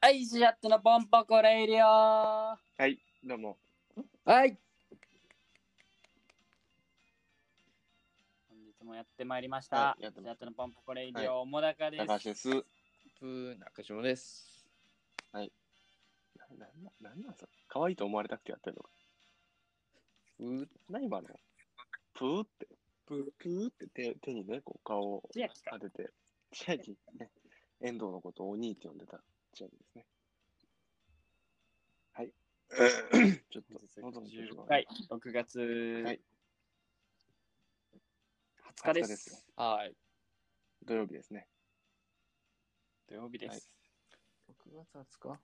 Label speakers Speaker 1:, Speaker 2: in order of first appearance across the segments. Speaker 1: アイシャットのポンポコレイリオは
Speaker 2: はい、どうも。
Speaker 1: い本日もやってまいりました。
Speaker 2: はい
Speaker 1: ア
Speaker 2: や
Speaker 1: イ
Speaker 2: っ
Speaker 1: シャ
Speaker 2: てま
Speaker 1: ットのポンポコレイリオ、もだかです。
Speaker 2: 高橋です。
Speaker 3: プー中島です。
Speaker 2: な、な、なんなんすか可愛いと思われたくてやってるのか。
Speaker 3: プー
Speaker 2: 何今のプーって、
Speaker 1: プー
Speaker 2: プーって手手にね、こう顔を
Speaker 1: 千秋か
Speaker 2: 当。てて、千秋、ね、遠藤のことをお兄って呼んでた千秋ですね。 はい。ちょっと、喉の調子が
Speaker 1: 10回、6月
Speaker 2: はい
Speaker 1: 20日で
Speaker 2: 20日です
Speaker 1: す。
Speaker 3: はい。
Speaker 2: 土曜日ですね。
Speaker 1: 土曜日で
Speaker 2: はい
Speaker 1: す。
Speaker 3: 6月20日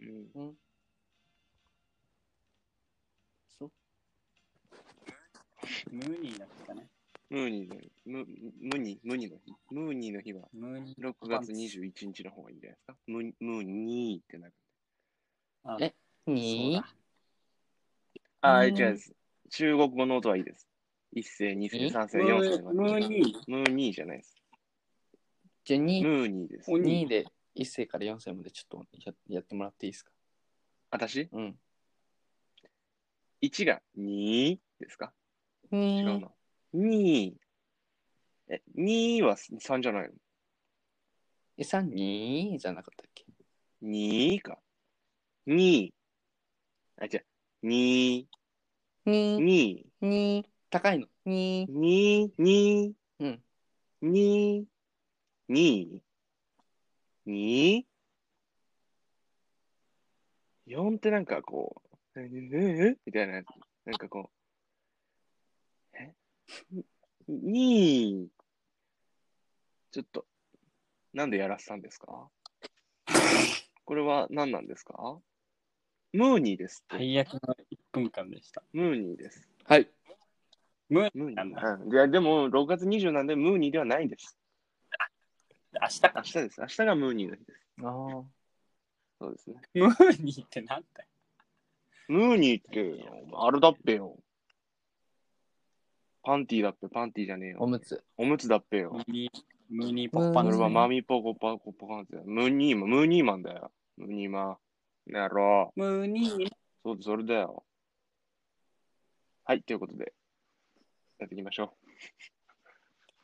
Speaker 2: うん。
Speaker 3: うん。そう
Speaker 1: ムーニーの日かね。
Speaker 2: ムーニーの、ム、ムニ、ムニの日。ムーニーの日は
Speaker 1: ムーニー。
Speaker 2: 6月21日の方がいいんじゃないですか。ムニ、ムーニーってなる。
Speaker 1: あ
Speaker 3: え
Speaker 1: そうだ
Speaker 2: あー、
Speaker 3: うん
Speaker 2: 違うです。中国語の音はいいです。一声、二声、
Speaker 3: え
Speaker 2: 三声、
Speaker 1: ム
Speaker 2: 四声
Speaker 1: ー
Speaker 2: ま
Speaker 1: ムー
Speaker 2: で。
Speaker 1: ニー。
Speaker 2: ムーニーじゃないです。
Speaker 3: じゃあ
Speaker 2: ム
Speaker 3: 2、
Speaker 2: ーニーです
Speaker 1: お。に
Speaker 3: 2で1世から4世までちょっとややってもらっていいですか
Speaker 2: 私
Speaker 3: うん。
Speaker 2: 一がにーですか違う
Speaker 3: 違
Speaker 2: な。にー。え、にーは三じゃないの
Speaker 3: え、3、2じゃなかったっけ
Speaker 2: にーか。にー。あ、違う。に
Speaker 3: ?2
Speaker 2: ー。、に
Speaker 3: 2、高いの。2
Speaker 2: ー。、にー。に
Speaker 3: うん。
Speaker 2: ー。にー。にー。にー。4ってなんかこう、えええみたいな、なんかこう、えにー。ちょっと、なんでやらせたんですかこれは何なんですかムーニーですって。
Speaker 1: 最悪の1分間でした。
Speaker 2: ムーニーです。
Speaker 3: はい。
Speaker 1: ムー
Speaker 2: ムーニ
Speaker 1: なん
Speaker 2: ー。うんいや、でも、6月20なんで、ムーニーではないです。
Speaker 1: 明日か
Speaker 2: 明。日です。明日がムーニーの日です。
Speaker 3: ああ。
Speaker 2: そうですね。
Speaker 1: ムーニーってなんだよ。
Speaker 2: ムーニーって、あれだっぺよ。パンティーだっぺ、パンティーじゃねえ
Speaker 3: お
Speaker 2: よ。
Speaker 3: むつ。
Speaker 2: おむつだっぺ
Speaker 1: ム
Speaker 2: よ。
Speaker 1: ーニー、ムーニーポッパ
Speaker 2: そ
Speaker 1: ン
Speaker 2: れ
Speaker 1: ツ
Speaker 2: はマミポコパコポカンツだよ。ムーニーマン、ムーニーマンだよ。ムーニーマン。なろ。
Speaker 1: ムーニー。
Speaker 2: そう、それだよ。はい、ということで、やっていきましょ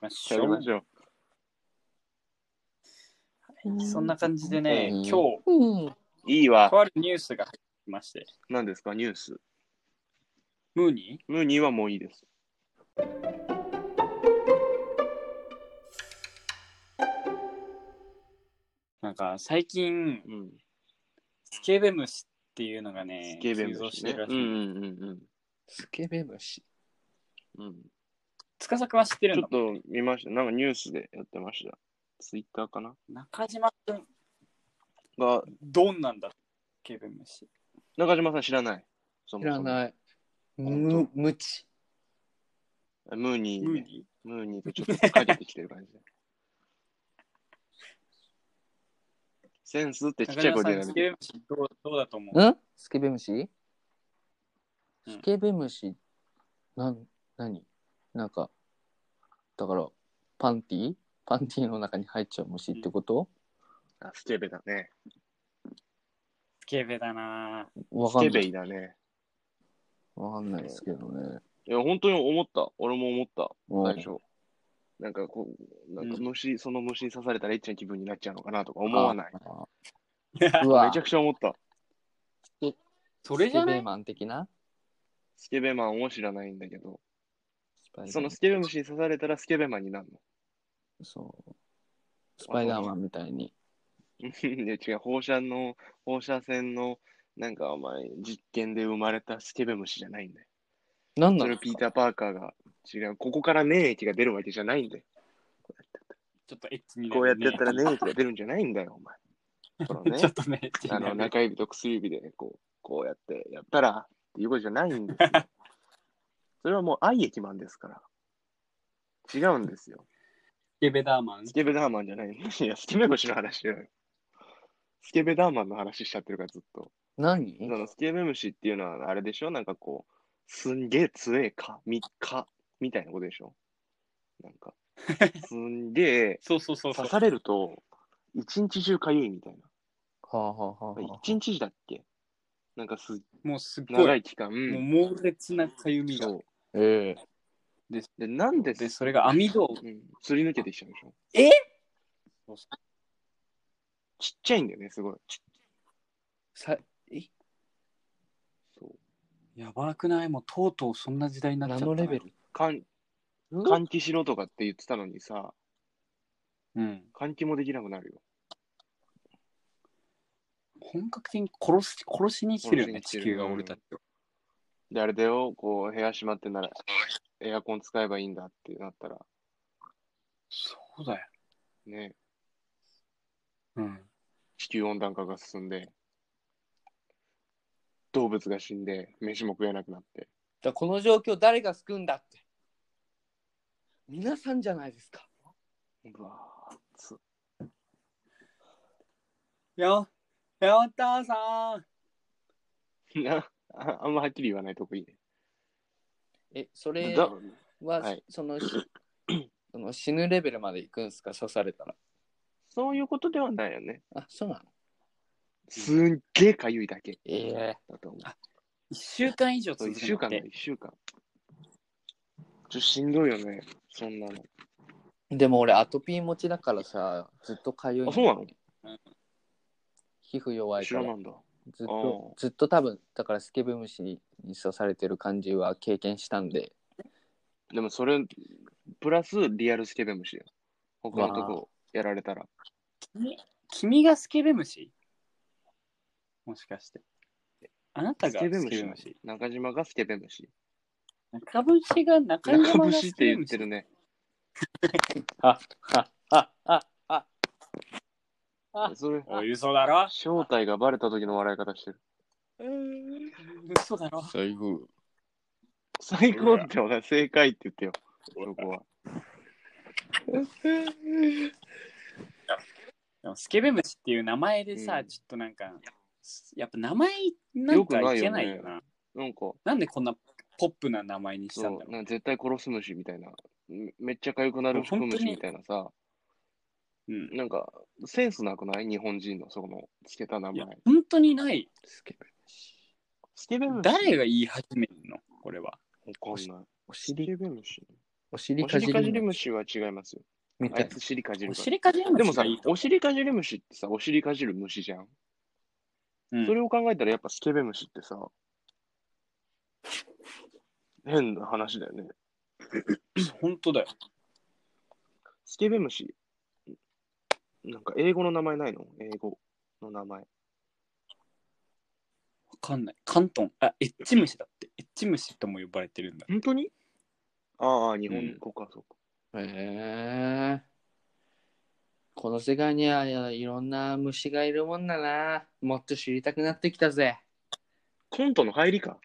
Speaker 1: まあ
Speaker 2: う。や
Speaker 1: し
Speaker 2: り
Speaker 1: ょうが
Speaker 2: ま
Speaker 1: な
Speaker 2: しょう。
Speaker 1: いそんな感じでね、
Speaker 3: うん
Speaker 1: 今日、
Speaker 3: うん。
Speaker 2: いいわ
Speaker 1: と。あるニュースが入ってきまして、
Speaker 2: 何ですか、ニュース。
Speaker 1: ムーニ
Speaker 2: ムーニーはもういいです。
Speaker 1: ーなんか最近、
Speaker 2: うん。
Speaker 1: スケベ虫っていうのがね
Speaker 2: ス、ケベ
Speaker 1: 急
Speaker 2: ム
Speaker 1: 増
Speaker 2: シ
Speaker 1: して
Speaker 2: ね。
Speaker 1: るら
Speaker 2: う
Speaker 1: し
Speaker 2: ん
Speaker 1: い。
Speaker 2: うんうん
Speaker 3: スケベ虫。
Speaker 2: うん。うん
Speaker 1: つかさくは知ってる
Speaker 2: ちょっ
Speaker 1: の
Speaker 2: と見ました。なんかニュースでやってました。ツイッターかな
Speaker 1: 中島君、
Speaker 2: が、
Speaker 1: どんなんだスケベ虫。
Speaker 2: 中島さん知らない。そも
Speaker 3: 知
Speaker 2: そも
Speaker 3: らない。
Speaker 2: 本
Speaker 3: む、むち。
Speaker 2: ムーニー
Speaker 1: ムー
Speaker 2: ね、
Speaker 1: ニ
Speaker 2: ムーニーとちょっとかけてきてる感じで。センスって
Speaker 1: ー。
Speaker 2: ちっ
Speaker 1: 中
Speaker 2: ちゃい
Speaker 1: 島
Speaker 2: 声
Speaker 1: さ
Speaker 2: でや
Speaker 1: ん、
Speaker 2: め
Speaker 1: スケ
Speaker 2: て。
Speaker 1: ベ虫どうどうだと思う
Speaker 3: うんスケベ虫
Speaker 1: うん
Speaker 3: スケベ虫、なん、なになんか、だから、パンティパンティの中に入っちゃう虫ってこと
Speaker 2: あ、スケベだね。
Speaker 1: スケベだなぁ
Speaker 3: わ
Speaker 2: ス
Speaker 3: か
Speaker 2: ケ
Speaker 3: んな
Speaker 2: ベ
Speaker 3: い。
Speaker 2: イだね。
Speaker 3: わかんないですけどね。
Speaker 2: いや、本当に思った。俺も思った。
Speaker 3: うん
Speaker 2: 最初。なんかこう、なんか虫、その虫に刺されたらエッチな気分になっちゃうのかなとか思わない。
Speaker 3: あー。うわ
Speaker 2: めちゃ、くちゃ思った。
Speaker 1: それじゃ
Speaker 3: ス
Speaker 1: な
Speaker 3: ケベ
Speaker 1: い
Speaker 3: マン的な
Speaker 2: スケベマンを知らないんだけど、そのスケベ虫に刺されたらスケベマンになるの。
Speaker 3: そう。スパイダーマンみたいに。
Speaker 2: いや違う、放射の、放射線の、なんかお前、実験で生まれたスケベ虫じゃないんだよ。
Speaker 3: なんな
Speaker 2: そ
Speaker 3: の
Speaker 2: れピーター・パーカーが、違う、ここから粘液が出るわけじゃないんだよ。
Speaker 1: ちょっとエッチにな
Speaker 2: こうやってやったら
Speaker 1: ね。
Speaker 2: 粘液が出るんじゃないんだよ、お前。この
Speaker 1: ちょ
Speaker 2: ね
Speaker 1: っ、とね、エッチ
Speaker 2: あ
Speaker 1: にな
Speaker 2: の、
Speaker 1: る
Speaker 2: 中指と薬指で、こう、こうやってやったら、っていうことじゃないんですよ。それはもう愛液マンですから。違うんですよ。
Speaker 1: スケベダーマン
Speaker 2: ス。ケベダーマンじゃない。いや、スケベ虫の話じゃない。スケベダーマンの話しちゃってるから、ずっと。
Speaker 3: 何
Speaker 2: そのスケベ虫っていうのはあれでしょなんかこう、すんげえ強えか、みか、みたいなことでしょなん か、すんげえ
Speaker 1: そうそうそうそう
Speaker 2: 刺。されると、一日中かゆいみたいな。
Speaker 3: はあはあはあはあ。
Speaker 2: 一日だっけなんかすっ
Speaker 1: もうすっご
Speaker 2: 長
Speaker 1: い、
Speaker 2: い期間。
Speaker 1: もう猛烈なかゆみが。
Speaker 2: そう
Speaker 3: ええ
Speaker 2: で、なんです
Speaker 1: で、それが網戸。
Speaker 2: うん、すり抜けてきちゃうでしょ。
Speaker 1: え
Speaker 2: ちっちゃいんだよね、すごい。
Speaker 1: さ
Speaker 2: そう
Speaker 1: やばくないもうとうとうそんな時代になっちゃ
Speaker 3: ナ
Speaker 1: った。
Speaker 3: ノレベル。
Speaker 2: かん
Speaker 3: うん
Speaker 2: 換気しろとかって言ってたのにさ、
Speaker 1: うん。
Speaker 2: 換気もできなくなるよ。
Speaker 1: 本格的に殺し殺しに来てるよね、
Speaker 2: 殺しに来
Speaker 1: 地
Speaker 2: て
Speaker 1: 球
Speaker 2: る
Speaker 1: が俺たちを。
Speaker 2: で、あれだよ、こう、部屋閉まってんなら、エアコン使えばいいんだってなったら、
Speaker 1: そうだよ。
Speaker 2: ね、
Speaker 1: うん。
Speaker 2: 地球温暖化が進んで、動物が死んで、飯も食えなくなって。
Speaker 3: だからこの状況誰が救うんだって。皆さんじゃないですか。
Speaker 2: うわーつ
Speaker 1: や、やったーさん。
Speaker 2: なああんまはっきり言わないとこいいね。
Speaker 3: え、それ
Speaker 2: だ
Speaker 3: は、
Speaker 2: はい
Speaker 3: そのし その死ぬレベルまで行くんですか刺されたら。
Speaker 2: そういうことではないよね。
Speaker 3: あ、そうなの
Speaker 2: すんげえかゆいだけ
Speaker 3: ええ
Speaker 2: だと思う。
Speaker 1: 一週間以上
Speaker 2: そう
Speaker 1: 続く
Speaker 2: 一週間
Speaker 1: だ
Speaker 2: だ、
Speaker 1: っ
Speaker 2: 一
Speaker 1: て
Speaker 2: 週間。ちょっとしんどいよね、そんなの。
Speaker 3: でも俺アトピー持ちだからさ、ずっとかゆいだよね
Speaker 2: あそうなの
Speaker 3: 皮膚弱い
Speaker 2: 後
Speaker 3: か
Speaker 2: ろな
Speaker 3: ら
Speaker 2: んだ。
Speaker 3: ずっ
Speaker 2: あ
Speaker 3: とずっと多分だからスケベ虫に刺されてる感じは経験したんで
Speaker 2: でもそれ、プラスリアルスケベ虫だよ。他のとこやられたら。
Speaker 1: 君がスケベ虫もしかして。あなた
Speaker 2: ス
Speaker 1: が
Speaker 2: ケ
Speaker 1: スケ
Speaker 2: ベ
Speaker 1: ベ
Speaker 2: 虫なの
Speaker 1: 虫。
Speaker 2: 中島がスケベ虫。
Speaker 1: 中虫が中山
Speaker 2: 中
Speaker 1: が
Speaker 2: 節
Speaker 1: ス
Speaker 2: って
Speaker 1: ケベ
Speaker 2: 言っ
Speaker 1: 虫
Speaker 2: てるね。
Speaker 3: ああああああ
Speaker 2: それ、
Speaker 1: おい、嘘だろ
Speaker 2: 正体がバレた時の笑い方してる。
Speaker 1: 嘘だろ
Speaker 3: 最後
Speaker 2: 最高ってお前正解って言ってよ、そこは。
Speaker 1: でもスケベ虫っていう名前でさ、
Speaker 2: うん
Speaker 1: ちょっとなんか、やっぱ名前なんかいけないよな。
Speaker 2: よくないなんか、
Speaker 1: なんでこんなポップな名前にしたん
Speaker 2: そ
Speaker 1: だ
Speaker 2: う、
Speaker 1: ろ
Speaker 2: なんか絶対殺す虫みたいな。めめっちゃ痒くなる
Speaker 1: 本当に
Speaker 2: 虫みたいなさ、
Speaker 1: う。うん。
Speaker 2: なんか、センスなくない日本人のそこのつけた名
Speaker 1: いや
Speaker 2: 前。、
Speaker 1: 本当にない。
Speaker 3: スケベ
Speaker 2: スケベ虫
Speaker 1: 誰が言い始めるのこれは。
Speaker 2: わかんない。
Speaker 3: お
Speaker 2: ス
Speaker 3: 尻
Speaker 2: ケベ虫。
Speaker 3: お尻
Speaker 2: お
Speaker 3: かじ
Speaker 2: 尻かじり
Speaker 3: り
Speaker 2: 虫は違いますよ。
Speaker 3: み
Speaker 2: あ
Speaker 3: た
Speaker 2: い
Speaker 3: い
Speaker 2: つ尻かじ
Speaker 1: お
Speaker 2: るから。
Speaker 1: 尻かじり
Speaker 2: でも
Speaker 1: 虫
Speaker 2: さ
Speaker 1: がいい、と。
Speaker 2: お尻かじり虫ってさ、お尻かじる虫じゃん。
Speaker 1: うん
Speaker 2: それを考えたらやっぱスケベ虫ってさ、変な話だよね。
Speaker 1: 本当だよ。
Speaker 2: スケベ虫。なんか英語の名前ないの英語の名前。
Speaker 1: わかんない。関東。あ、エッチ虫だって。エッチ虫とも呼ばれてるんだ。
Speaker 2: 本当にああ、日
Speaker 1: う
Speaker 2: 本
Speaker 1: ん
Speaker 2: 語か、そうか。
Speaker 3: なへえこの世界にはいろんな虫がいるもんだなもっと知りたくなってきたぜ
Speaker 2: コントの入りか。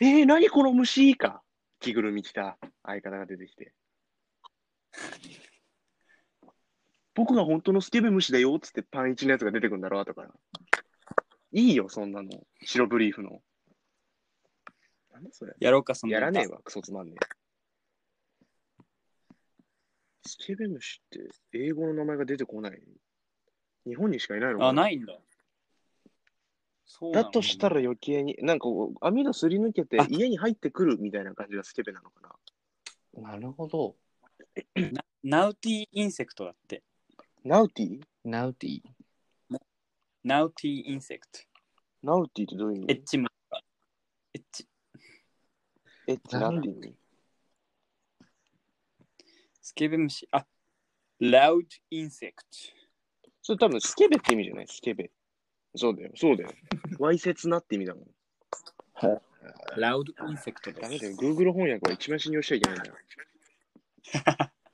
Speaker 2: えー、何この虫か。着ぐるみ着た相方が出てきて。僕が本当のスケベ虫だよっつってパンイチのやつが出てくるんだろ、後から。いいよ、そんなの。白ブリーフの。なんだそれ。
Speaker 1: やろうか、その
Speaker 2: や
Speaker 1: 歌
Speaker 2: らねえわ、クソつまんねえ。スケベ虫って英語の名前が出てこない。日本にしかいないのか
Speaker 1: あ、ないんだ。そう
Speaker 2: だとしたら
Speaker 1: ら、
Speaker 2: 余計に、なんかこう、網戸すり抜けて
Speaker 1: あ
Speaker 2: 家に入ってくるみたいな感じがスケベなのかな。
Speaker 3: なるほど
Speaker 1: ナウティインセクトだって。
Speaker 2: ナウティ
Speaker 3: ナウティ
Speaker 1: ナウティインセクト。
Speaker 2: ナウティってどういう意
Speaker 1: エ
Speaker 2: 味
Speaker 1: ッチ虫が。エッチ。
Speaker 2: エッチなんて意味
Speaker 1: スケベ虫。あ、ラウドインセクト。
Speaker 2: それ多分スケベって意味じゃないスケベ。そうだよ、そうだよ。わいせつなって意味だもん。
Speaker 1: ラウドインセクト
Speaker 2: ダメだよ、
Speaker 1: です。
Speaker 2: Google 翻訳は一番信用しちゃいけないんだ よ。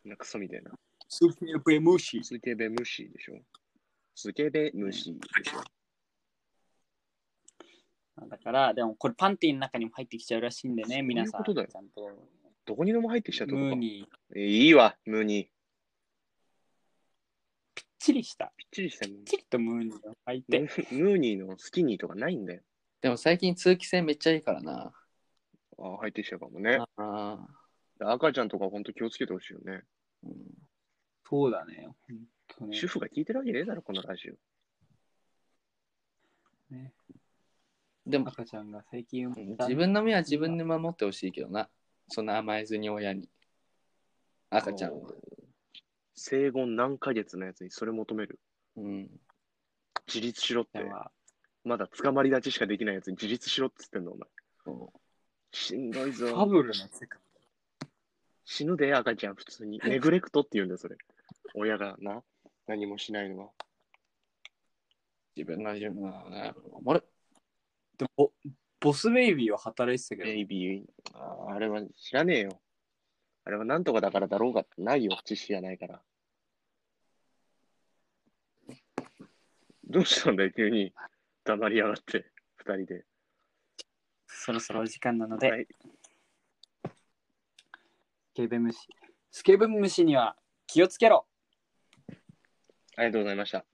Speaker 2: なんかクソみたいな。
Speaker 1: スケベ虫。
Speaker 2: スケベ虫でしょスケベ虫でしょ
Speaker 1: だから、でもこれパンティの中にも入ってきちゃうらしいんでね、皆さん。
Speaker 2: そういうことだよ
Speaker 1: ちゃんと。
Speaker 2: どこにでも入ってきちゃうとこ
Speaker 1: ムー
Speaker 2: か。
Speaker 1: にぴっ
Speaker 2: えいいわ、ムーニー。
Speaker 1: ちりした。
Speaker 2: ぴっちりしたムー
Speaker 1: ぴっちりとムーに入って。
Speaker 2: ニー。ムーニーのスキニーとかないんだよ。
Speaker 3: でも最近通気性めっちゃいいからな
Speaker 2: ああ、入ってきちゃうかもね。
Speaker 3: ああ
Speaker 2: 赤ちゃんとか本当気をつけてほしいよね。
Speaker 3: ー、うん
Speaker 1: そうだね。ほんとね
Speaker 2: 主婦が聞いてるわけねえだろ、このラジオ。
Speaker 1: ね。
Speaker 3: でも、
Speaker 1: 赤ちゃんが最近産んだ
Speaker 3: 自分の目は自分で守ってほしいけどな。そんな甘えずに親に。赤ちゃんを。
Speaker 2: 生後何ヶ月のやつにそれ求める。
Speaker 3: うん。
Speaker 2: 自立しろって
Speaker 1: で。は、
Speaker 2: まだ捕まり立ちしかできないやつに自立しろっつってんの、お前。
Speaker 3: そ
Speaker 2: しんどい
Speaker 1: ファ
Speaker 2: ぞ。
Speaker 1: ブルの世界。
Speaker 2: 死ぬで、赤ちゃん、普通に。ネグレクトって言うんだよ、それ。親がな、何もしないのは。
Speaker 3: う自分の自分のね、守る。
Speaker 1: でもボ、ボスベイビーは働いてたけど、
Speaker 2: ベイビー、あーあれは知らねえよ。あれはなんとかだからだろうが、ないよ、知識がないから。どうしたんだよ、急に。黙りやがって、二人で。
Speaker 1: そろそろお時間なので、
Speaker 2: はい
Speaker 1: スケベ虫。スケベ虫には気をつけろ
Speaker 2: ありがとうございました。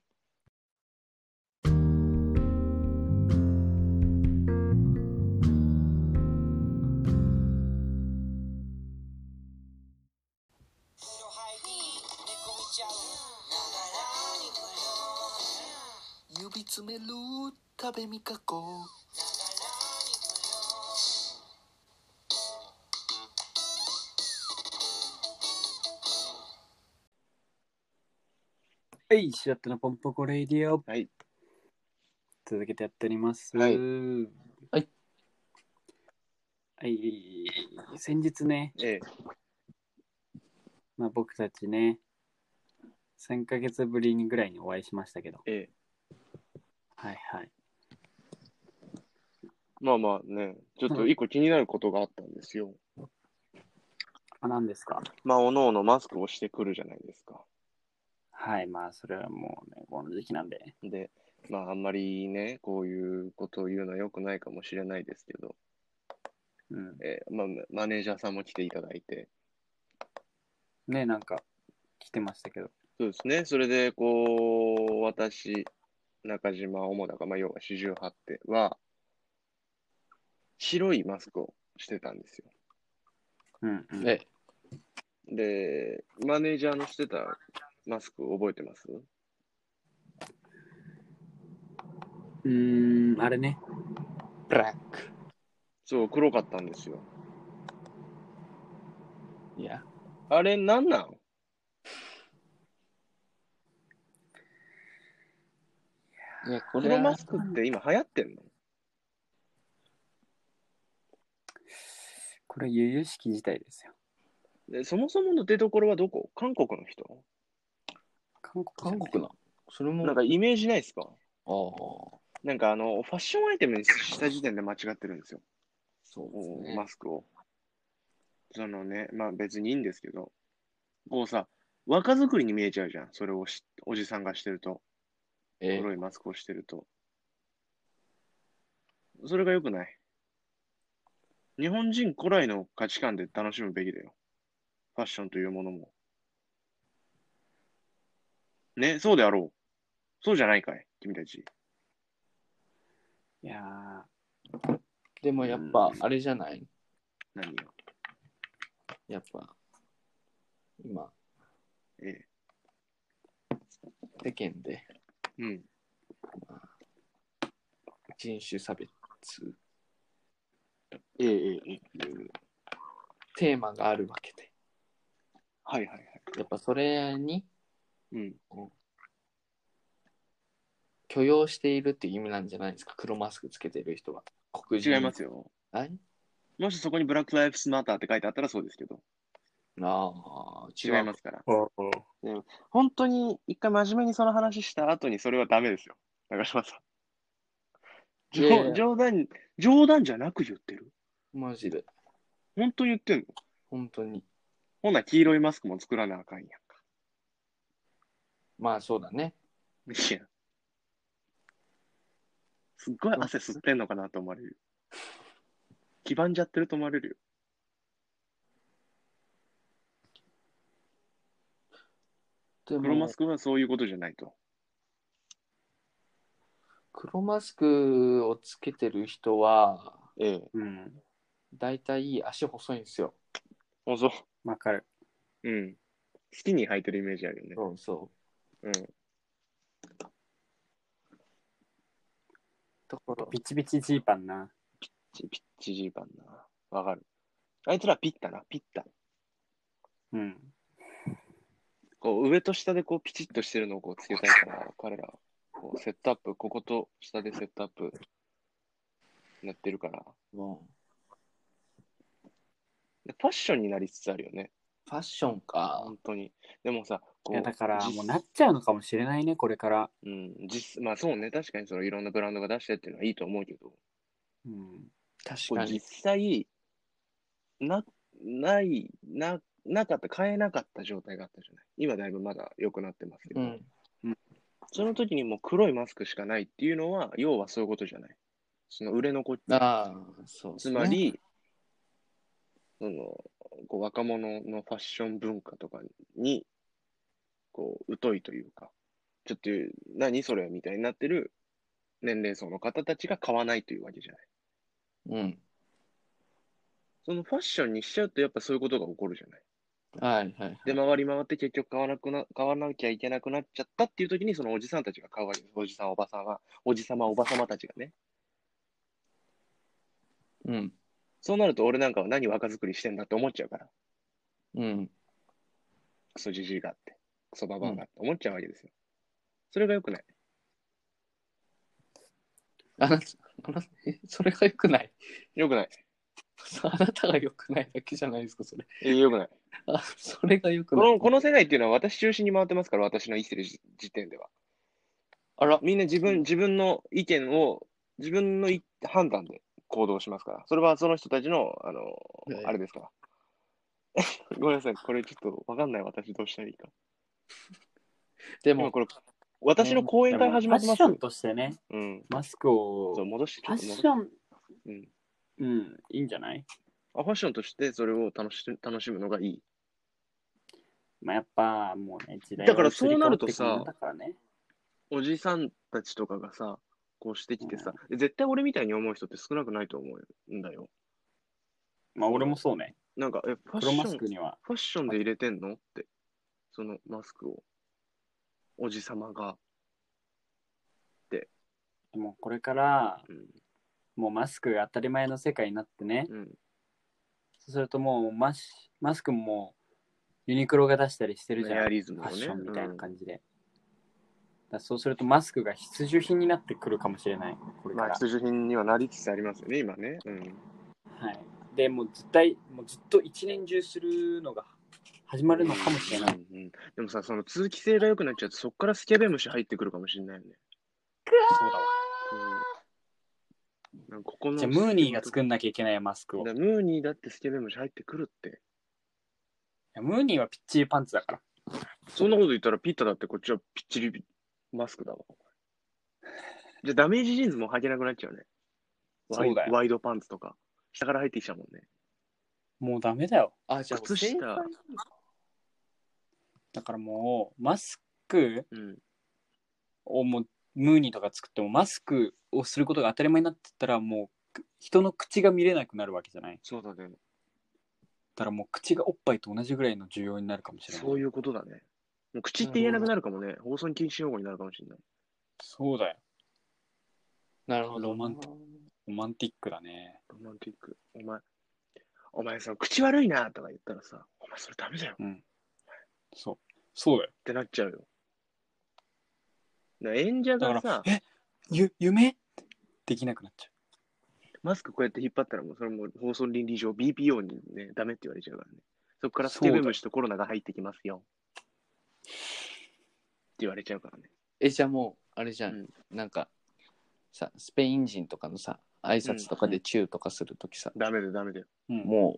Speaker 4: 指詰める食べみかこ
Speaker 1: はい、シアットのポンポコレイディオ。
Speaker 2: はい。
Speaker 1: 続けてやっております。
Speaker 2: はい
Speaker 1: はい。はい。先日ね、
Speaker 2: ええ、
Speaker 1: まあ、僕たちね、3ヶ月ぶりにぐらいにお会いしましたけど、
Speaker 2: ええ。
Speaker 1: はいはい。
Speaker 2: まあまあね、ちょっと一個気になることがあったんですよ。
Speaker 1: あ、何ですか
Speaker 2: まあ、おのおのマスクをしてくるじゃないですか。
Speaker 1: はい、まあ、それはもうね、この時期なんで。
Speaker 2: で、まあ、あんまりね、こういうことを言うのは良くないかもしれないですけど、
Speaker 1: うん。
Speaker 2: ええまあ、マネージャーさんも来ていただいて、
Speaker 1: ね、なんか、来てましたけど。
Speaker 2: そうですね。それで、こう、私、中島、主だか、まあ、要は四十八手は、白いマスクをしてたんですよ。
Speaker 1: うん、うん。
Speaker 3: え、
Speaker 2: で、マネージャーのしてたマスク覚えてます
Speaker 1: うーん、あれね。
Speaker 3: ブラック。
Speaker 2: そう、黒かったんですよ。
Speaker 3: いや、
Speaker 2: あれ、なんなん
Speaker 3: いや、こ
Speaker 2: こ
Speaker 3: れは
Speaker 2: のマスクって今流行ってんの
Speaker 1: これ、由々しき事態ですよ。
Speaker 2: で、そもそもの出所はどこ韓国の人
Speaker 1: 韓国じゃな
Speaker 3: 韓
Speaker 1: い
Speaker 3: 国の。それも、
Speaker 2: なんかイメージないですか
Speaker 3: ああ、
Speaker 2: なんかあの、ファッションアイテムにした時点で間違ってるんですよ。
Speaker 3: そうです
Speaker 2: お
Speaker 3: ね。
Speaker 2: マスクを。そのね、まあ別にいいんですけど、こうさ、若作りに見えちゃうじゃん。それをしおじさんがしてると、
Speaker 3: え
Speaker 2: 黒いマスクをしてると。それが良くない。日本人古来の価値観で楽しむべきだよ。ファッションというものも。ね、そうであろう。そうじゃないかい、君たち。
Speaker 1: いやー
Speaker 3: でもやっぱ、あれじゃない
Speaker 2: 何よ。
Speaker 3: やっぱ、今、
Speaker 2: ええ。
Speaker 3: 世間で
Speaker 2: うん。
Speaker 3: 人種差別
Speaker 2: ええええええ。
Speaker 3: というテーマがあるわけで、
Speaker 2: はいはいはい。
Speaker 3: やっぱそれに
Speaker 2: うん。
Speaker 3: 許容しているっていう意味なんじゃないですか、黒マスクつけてる人は。黒人
Speaker 2: 違いますよ。
Speaker 3: はい
Speaker 2: もしそこにブラック・ライフスマターって書いてあったらそうですけど、
Speaker 3: ああ、違。
Speaker 2: 違いうますから。
Speaker 1: お
Speaker 2: 本当に一回真面目にその話した後にそれはダメですよ。中島さん。
Speaker 3: いやいや
Speaker 2: 冗冗談、冗談じゃなく言ってる
Speaker 3: マジで。
Speaker 2: 本当に言ってんの
Speaker 3: 本当に。
Speaker 2: ほな黄色いマスクも作らなあかんやんか。
Speaker 3: まあそうだね。
Speaker 2: いや。すっごい汗吸ってんのかなと思われるよ。黄ばんじゃってると思われるよ。
Speaker 3: でも
Speaker 2: 黒マスクはそういうことじゃないと。
Speaker 3: 黒マスクをつけてる人は、
Speaker 2: ええ。
Speaker 1: うん、
Speaker 3: だいたい足細いんですよ。
Speaker 2: あ、そう。
Speaker 1: わかる。
Speaker 2: うん。好きに履いてるイメージあるよね。
Speaker 3: そうそ
Speaker 2: うん。
Speaker 3: ところ
Speaker 1: ビチビチジーパンな。
Speaker 2: ピッチジーパンな。わかる。あいつらピッタな、ピッタ。
Speaker 1: うん。
Speaker 2: こう上と下でこうピチッとしてるのをこうつけたいから、彼ら、こうセットアップ、ここと下でセットアップなってるから。
Speaker 3: も
Speaker 2: でファッションになりつつあるよね。
Speaker 3: うファッションか
Speaker 2: 本当に。でもさ、こ
Speaker 1: いうやだから、
Speaker 2: 実
Speaker 1: もうなっちゃうのかもしれないね、これから。
Speaker 2: うん、実まあそうね、確かにそのいろんなブランドが出してっていうのはいいと思うけど、
Speaker 1: うん。
Speaker 3: 確
Speaker 2: これ実際、な、ない、な、なかった、買えなかった状態があったじゃない。今だいぶまだ良くなってますけど、
Speaker 3: うん
Speaker 2: その時にもう黒いマスクしかないっていうのは、要はそういうことじゃない。その売れ残っ
Speaker 3: ああそうで
Speaker 2: つ
Speaker 3: すね
Speaker 2: まり、そのこう若者のファッション文化とかにこう疎いというか、ちょっと何それみたいになってる年齢層の方たちが買わないというわけじゃない。
Speaker 3: うん
Speaker 2: そのファッションにしちゃうとやっぱそういうことが起こるじゃない。
Speaker 3: はいはい
Speaker 2: で、回り回って結局買わなくな、買わなきゃいけなくなっちゃったっていう時にそのおじさんたちが買うわけです。おじさん、おばさんは、おじさま、おばさまたちがね。
Speaker 3: うん
Speaker 2: そうなると俺なんかは何若作りしてんだって思っちゃうから。
Speaker 3: うん
Speaker 2: クソじじいがあって、クソババアがって思っちゃうわけですよ。それが良くない。
Speaker 3: あなた あなたえそれが良くない
Speaker 2: 良くない。
Speaker 3: そうあなたが良くないだけじゃないですかそれ
Speaker 2: え良くない。
Speaker 3: あそれが良く
Speaker 2: こ
Speaker 3: ない
Speaker 2: の、この世代っていうのは私中心に回ってますから、私の生きてる時時点では。
Speaker 3: あら
Speaker 2: みんな自分、自分の意見を、自分のい判断で行動しますから。それはその人たちの、あの、
Speaker 3: ええ
Speaker 2: あれですから。 ごめんなさい。これちょっとわかんない。私どうしたらいいか。
Speaker 3: で
Speaker 2: 今
Speaker 3: も
Speaker 2: これ、私の講演会始まってます
Speaker 1: ファッションとしてね、
Speaker 2: うん。
Speaker 1: マスクを
Speaker 2: そう、。戻して
Speaker 1: ファッシ
Speaker 2: ン。
Speaker 1: ョン、
Speaker 2: うん
Speaker 1: うん、いいんじゃない
Speaker 2: あファッションとしてそれを楽し楽しむのがいい。
Speaker 1: まあやっぱもうね、時代
Speaker 2: だからそうなるとさ
Speaker 1: が移り変わってくもんだからね、
Speaker 2: おじさんたちとかがさ、こうしてきてさ、絶対俺みたいに思う人って少なくないと思うんだよ。
Speaker 1: まあ俺もそうね。
Speaker 2: なんか、え、ファッショ
Speaker 1: 黒
Speaker 2: ン、
Speaker 1: マス
Speaker 2: フ
Speaker 1: クには。
Speaker 2: ァッションで入れてんのって、そのマスクを、おじさまが。
Speaker 1: でもこれから、
Speaker 2: うん
Speaker 1: もうマスクが当たり前の世界になってね。
Speaker 2: うん。
Speaker 1: そうするともうマスマスクももうユニクロが出したりしてるじゃ
Speaker 2: エア
Speaker 1: ん。
Speaker 2: リズム
Speaker 1: ファ
Speaker 2: をね。
Speaker 1: ッションみたいな
Speaker 2: うん
Speaker 1: 感じで。だからそうするとマスクが必需品になってくるかもしれない。これか
Speaker 2: まあ、
Speaker 1: ら。
Speaker 2: 必需品にはなりつつありますよね、今ね。うん。
Speaker 1: はい、でもう絶対、もうずっと一年中するのが始まるのかもしれない。
Speaker 2: うんうんでもさ、その通気性が良くなっちゃうと、そっからスケベ虫入ってくるかもしれないよね。
Speaker 1: そうだわ。
Speaker 2: うん。なんかここの
Speaker 1: じゃあムーニーが作んなきゃいけないよマスクを。い
Speaker 2: だからムーニーだってスケベ虫入ってくるって。
Speaker 1: やムーニーはピッチリパンツだから。
Speaker 2: そんなこと言ったらピッタだってこっちはピッチリマスクだわ。じゃあダメージジーンズも履けなくなっちゃうね。ワイ
Speaker 1: そうだよ
Speaker 2: ワイドパンツとか。下から入ってきちゃうもんね。
Speaker 1: もうダメだよ。
Speaker 3: あじゃあ
Speaker 2: 靴下
Speaker 3: 正解
Speaker 1: だからもうマスク
Speaker 2: うん。
Speaker 1: をもうムーニーとか作ってもマスクをすることが当たり前になってったらもう人の口が見れなくなるわけじゃない。
Speaker 2: そうだね。
Speaker 1: だからもう口がおっぱいと同じぐらいの需要になるかもしれない。
Speaker 2: そういうことだね。もう口って言えなくなるかもね。放送禁止用語になるかもしれない。
Speaker 1: そうだよ。
Speaker 3: なるほど
Speaker 1: ロマンテロマンティックだね。
Speaker 2: ロマンティック。お前、お前その口悪いなとか言ったらさ、お前それダメだよっ
Speaker 1: そう。そうだよ。
Speaker 2: てなっちゃうよ。だから演者
Speaker 1: だ
Speaker 2: が
Speaker 1: から
Speaker 2: さ、、
Speaker 1: えゆ夢ってできなくなっちゃ
Speaker 2: マスクこうやって引っ張ったらもうそれも放送倫理上 BPO にね、ダメって言われちゃうからね。そこからスケベ虫とコロナが入ってきますよ。って言われちゃうからね。
Speaker 3: えじゃあもうあれじゃん、
Speaker 2: うん
Speaker 3: なんかさスペイン人とかのさ挨拶とかでチューとかするときさ、
Speaker 2: ダメだよ、ダメだよ。
Speaker 1: う。うん、
Speaker 3: も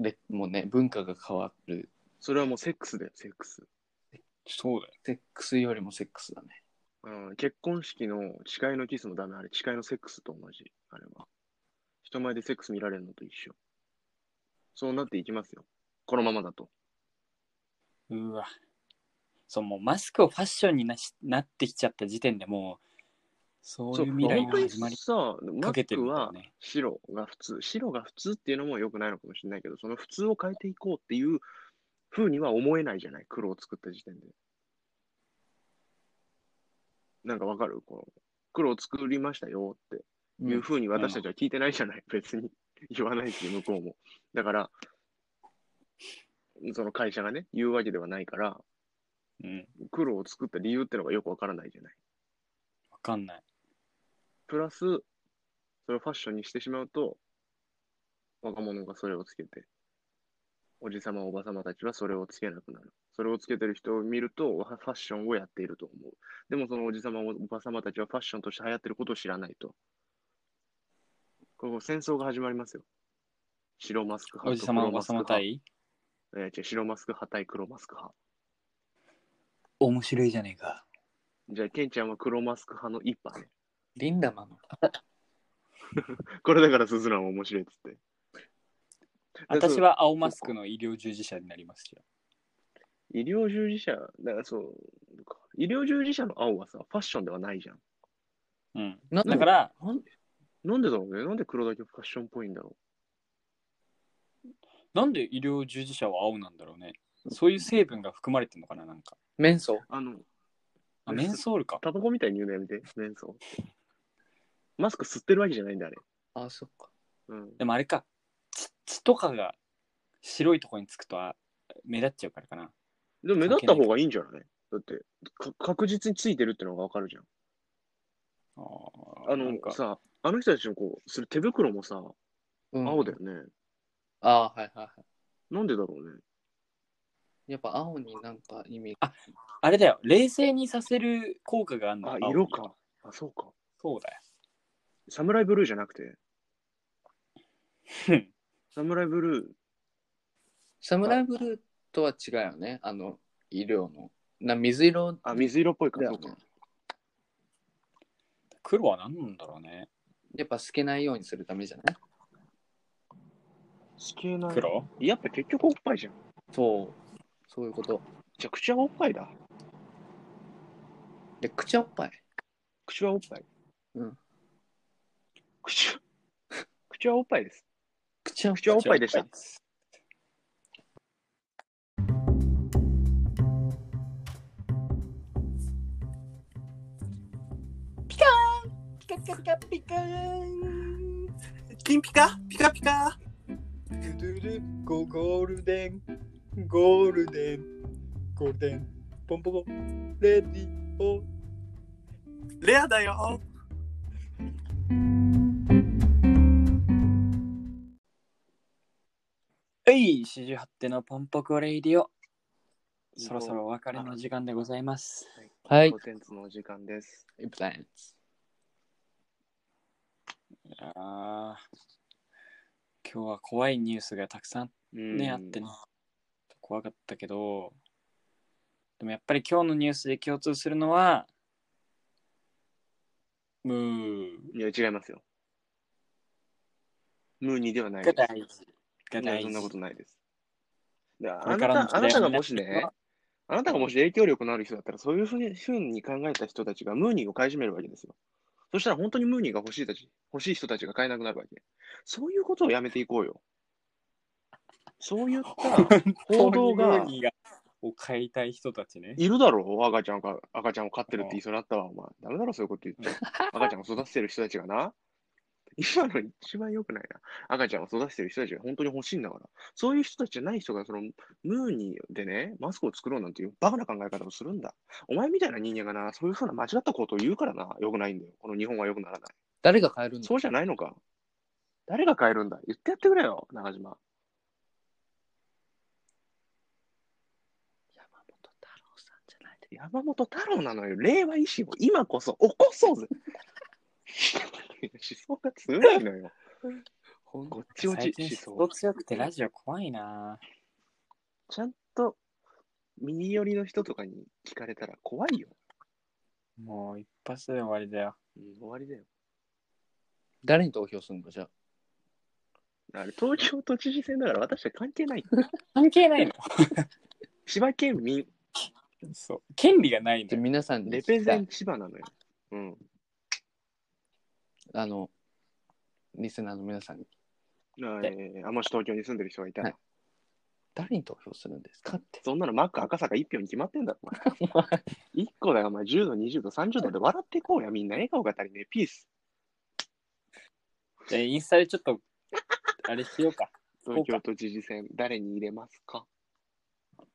Speaker 3: うでもうね文化が変わる
Speaker 2: それはもうセックスだよ、セックス。
Speaker 1: そうだよ。
Speaker 3: セックスよりもセックスだね
Speaker 2: うん、結婚式の誓いのキスもダメ、あれ、誓いのセックスと同じ、あれは。人前でセックス見られるのと一緒。そうなっていきますよ。このままだと。
Speaker 1: うわ。そう、もうマスクをファッションになしなってきちゃった時点でもう、そういう未来
Speaker 2: 本当
Speaker 1: の
Speaker 2: に
Speaker 1: 始まり
Speaker 2: さ、マ
Speaker 1: かけ
Speaker 2: ス
Speaker 1: てる
Speaker 2: ク
Speaker 1: んだよ
Speaker 2: は
Speaker 1: ね。
Speaker 2: 白が普通、白が普通っていうのも良くないのかもしれないけど、その普通を変えていこうっていう風には思えないじゃない、黒を作った時点で。なんかわかるこ黒を作りましたよって
Speaker 3: うん
Speaker 2: いうふうに私たちは聞いてないじゃない、別に言わないし、向こうも。だから、その会社がね、言うわけではないから、
Speaker 1: うん。
Speaker 2: 黒を作った理由ってのがよくわからないじゃない。
Speaker 1: わかんない。
Speaker 2: プラス、それをファッションにしてしまうと、若者がそれをつけて、おじさま、おばさまたちはそれをつけなくなる。それをつけてる人を見ると、わファッションをやっていると思う。でもそのおじさま、おばさまたちはファッションとして流行ってることを知らないと。ここ戦争が始まりますよ。白マスク
Speaker 1: お
Speaker 2: 派
Speaker 1: じ
Speaker 2: と
Speaker 1: さま、
Speaker 2: 黒
Speaker 1: お
Speaker 2: マ
Speaker 1: ば
Speaker 2: スク
Speaker 1: さま
Speaker 2: 派。
Speaker 1: 対
Speaker 2: えー違う白マスク派対黒マスク派。
Speaker 1: 面白いじゃねえか。
Speaker 2: じゃあ、ケンちゃんは黒マスク派の一派ね。
Speaker 3: リンダマンの。
Speaker 2: これだから鈴蘭は面白いっつって。
Speaker 1: 私は青マスクの医療従事者になりますよ。
Speaker 2: 医療従事者、だからそう、医療従事者の青はさ、ファッションではないじゃん。
Speaker 1: うん。
Speaker 3: なんで
Speaker 1: だから、
Speaker 2: なんなんでだろうねなんで黒だけファッションっぽいんだろ
Speaker 1: なんで医療従事者は青なんだろうね。そういう成分が含まれてるのかな、なんか。
Speaker 3: メンソ
Speaker 2: うあの、
Speaker 1: あ、メンソールか。
Speaker 2: タバコみたいに言うのやめて、メンソールマスク吸ってるわけじゃないんだ、あれ。
Speaker 3: あ、そっか。
Speaker 2: うん。
Speaker 1: でもあれか、血血とかが白いとこにつくとあ目立っちゃうからかな。
Speaker 2: でも目立った方がいいんじゃないだってか、確実についてるってのがわかるじゃん。
Speaker 1: あー
Speaker 2: あ
Speaker 1: な
Speaker 2: の
Speaker 1: んか、
Speaker 2: さ、あの人たちのこう、する手袋もさ、
Speaker 3: うん
Speaker 2: 青だよ。ね。
Speaker 3: あはいはいは
Speaker 2: なんでだろうね。
Speaker 3: い。やっぱ青になんか意味
Speaker 1: あれだよ、冷静にさせる効果があるの
Speaker 2: あ、
Speaker 1: 青
Speaker 2: 色か。あ、そうか。
Speaker 1: そうだよ。
Speaker 2: サムライブルーじゃなくて、
Speaker 1: うん
Speaker 2: サムライブルー、
Speaker 3: サムライブルーとは違うよね。あの、医療の。な水色
Speaker 2: あ、水色っぽいか、
Speaker 3: だ
Speaker 2: そ
Speaker 3: よ
Speaker 2: うか
Speaker 3: ね。。
Speaker 1: 黒は何なんだろうね。
Speaker 3: やっぱ透けないようにするためじゃない
Speaker 2: 地球な
Speaker 1: 黒
Speaker 2: やっぱ結局おっぱいじゃん。め
Speaker 3: そう。そういうこと。
Speaker 2: ちゃくちゃおっぱいだ。
Speaker 3: で、口はおっぱい。
Speaker 2: 口はおっぱい。
Speaker 3: うん。
Speaker 2: 口は、 口はおっぱいです。
Speaker 3: 口はおっ
Speaker 2: 口はおっぱいでした。
Speaker 4: ピカピカピカーン金ピカピカピカ
Speaker 1: ドゥドゥルゴゴールデンゴールデンゴールデンポンポコレディオ
Speaker 4: レアだよ
Speaker 1: えい四十八手のポンポコレイディオそろそろお別れの時間でございます
Speaker 3: ぱい。はい
Speaker 2: コ。テンツのお時間です。
Speaker 3: イプランツ。
Speaker 1: あー今日は怖いニュースがたくさん
Speaker 2: うん
Speaker 1: ねあってね怖かったけどでもやっぱり今日のニュースで共通するのはムー
Speaker 2: いや、違いますよ。ムーニーではないで
Speaker 1: が
Speaker 2: す。
Speaker 1: 大事が
Speaker 2: いや
Speaker 1: 大
Speaker 2: そんなこ
Speaker 1: 事
Speaker 2: とないです。だ
Speaker 1: こ
Speaker 2: からあ
Speaker 1: れ
Speaker 2: な
Speaker 1: からの
Speaker 2: たあ
Speaker 1: 時代
Speaker 2: なた
Speaker 1: を担
Speaker 2: がも
Speaker 1: って
Speaker 2: し
Speaker 1: いくのは
Speaker 2: ね、あなたがもし影響力のある人だったら、そういうふうにふうに考えた人たちがムーニーを買い占めるわけですよ。そしたら本当にムーニーが欲しいたち欲しい人たちが買えなくなるわけ。そういうことをやめていこうよ。そういった報道
Speaker 1: ム
Speaker 2: が
Speaker 1: ーニーがを買いたい人たちね
Speaker 2: いるだろう赤ちゃんが、赤ちゃんを飼ってるって言いそうになったわ、お前。ダメだろ、そういうこと言っちゃ。赤ちゃんを育ててる人たちがな。今の一番良くないな。赤ちゃんを育ててる人たちが本当に欲しいんだから。そういう人たちじゃない人が、その、ムーニーでね、マスクを作ろうなんていうバカな考え方をするんだ。お前みたいな人間がな、そういうふうな間違ったことを言うからな、良くないんだよ。この日本は良くならない。
Speaker 3: 誰が変えるんだ
Speaker 2: そうじゃないのか。誰が変えるんだ言ってやってくれよ、長島。
Speaker 3: 山本太郎さんじゃないで。
Speaker 2: 山本太郎なのよ。令和維新を今こそ起こそうぜ。思想が強いのよ。
Speaker 3: ほん
Speaker 2: ごっちごち
Speaker 1: 最近
Speaker 2: 思想。
Speaker 1: 強くてラジオ怖いな
Speaker 2: ちゃんと右寄りの人とかに聞かれたら怖いよ。
Speaker 1: もう一発で終わりだよ。
Speaker 2: うん、終わりだよ。
Speaker 3: 誰に投票するのじゃあ。
Speaker 2: あれ、東京都知事選だから私は関係ない。
Speaker 1: 関係ないの
Speaker 2: 千葉県民、
Speaker 1: そう。権利がない
Speaker 3: じゃあ
Speaker 1: の。
Speaker 3: 皆さんに
Speaker 2: レ
Speaker 3: 聞きたい
Speaker 2: ペゼン千葉なのよ。うん。
Speaker 3: あの、リスナーの皆さんに。
Speaker 2: あえーあもし東京に住んでる人がいたら、
Speaker 3: はい誰に投票するんですかって。
Speaker 2: そんなのマック赤坂1票に決まってんだろ、お前。1個だよ、お前。10度、20度、30度で笑っていこうや、みんな。笑顔が足りねえ。ピース。
Speaker 1: じゃあインスタでちょっと、あれしようか。
Speaker 2: 東京都知事選、誰に入れますか
Speaker 1: こ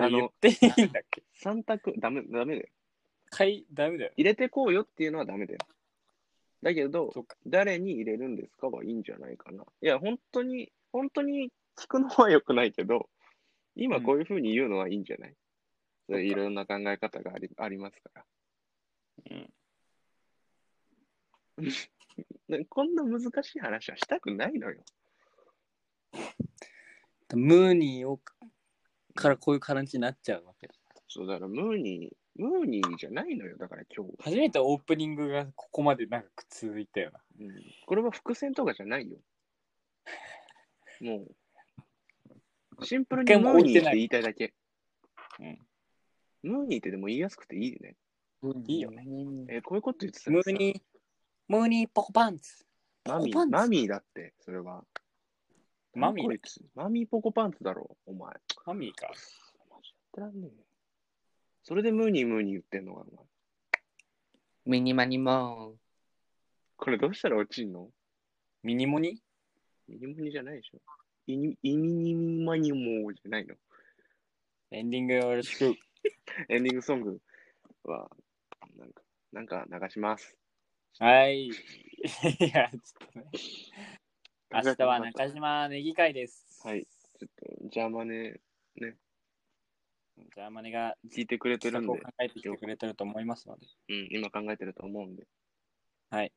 Speaker 1: れ
Speaker 2: あの
Speaker 1: 言っていいんだっけ
Speaker 2: 三択、ダメ、ダメだよ。
Speaker 1: かい、ダメだよ。
Speaker 2: 入れてこうよっていうのはダメだよ。だけど
Speaker 1: そうか、
Speaker 2: 誰に入れるんですかはいいんじゃないかな。いや、本当に、本当に聞くのは良くないけど、今こういうふうに言うのはいいんじゃない、それいろんな考え方がありありますから。ね こんな難しい話はしたくないのよ。
Speaker 1: ムーニーを、からこういう感じになっちゃうわけだ。
Speaker 2: そうだから、ムーニー、ムーニーじゃないのよ、だから今日。
Speaker 1: 初めてオープニングがここまで長く続いたよな。
Speaker 2: うんこれは伏線とかじゃないよ。もう、シンプルに
Speaker 1: 一回
Speaker 2: ム
Speaker 1: も
Speaker 2: ー
Speaker 1: 置
Speaker 2: ニ
Speaker 1: い
Speaker 2: ー
Speaker 1: て
Speaker 2: って
Speaker 1: ない
Speaker 2: 言いたいだけ。
Speaker 1: うん
Speaker 2: ムーニーってでも言いやすくていいね。
Speaker 1: いいよね
Speaker 3: ね。
Speaker 2: えーこういうこと言ってた
Speaker 1: ム
Speaker 2: ら
Speaker 1: ーニー、ムーニーポコパンツ。
Speaker 2: マミ
Speaker 1: ポコパンツ
Speaker 2: マミーだって、それは。
Speaker 1: マミー
Speaker 2: こいつマミーポコパンツだろ、お前。
Speaker 1: マミーか。
Speaker 2: マジやってらんねえよそれでムーニームーニー言ってんのか、お前。
Speaker 3: ミニマニモ
Speaker 2: これどうしたら落ちんの
Speaker 1: ミニモニ
Speaker 2: ミニモニじゃないでしょ。イニイニニニマニモじゃないの。
Speaker 1: エンディングよろしく。
Speaker 2: エンディングソングは、なんか、なんか流します。
Speaker 1: はい。い や、ちょっとね。明日は
Speaker 2: なんか
Speaker 1: 中島ネギ会です。
Speaker 2: はい。ちょっと、ジャーマネ
Speaker 1: じゃあ、マネが
Speaker 2: 聞いてくれてるん
Speaker 1: 企
Speaker 2: で
Speaker 1: 画を、考えてきてくれてると思いますので。
Speaker 2: うん、今考えてると思うんで。
Speaker 1: はい。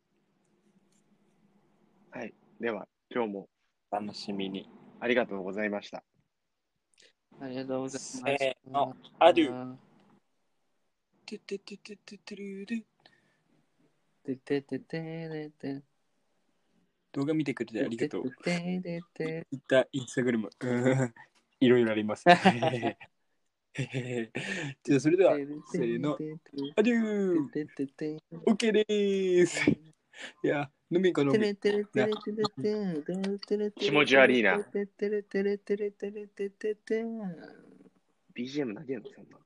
Speaker 2: はい。では、今日も
Speaker 1: 楽しみに。
Speaker 2: ありがとうございました。
Speaker 3: ありがとうございます。
Speaker 1: せーのアデュ
Speaker 3: ー。
Speaker 1: トゥトゥトゥトゥトゥトゥルル
Speaker 3: てててててて。
Speaker 1: 動画見てくれてありがとう。
Speaker 3: てててて
Speaker 1: いったインスタグラム。 うんいろいろあります。へへへへ じゃあ、それでは、せーの。アデュー
Speaker 3: てててて。
Speaker 1: オッケーでーすいや、飲みか飲
Speaker 3: て
Speaker 1: み。
Speaker 3: れてれてれてれてんてれてれてれ
Speaker 2: 気持ち悪いな
Speaker 3: てれてれてれてれてれてれてん
Speaker 2: BGM 投げるの、そんなの。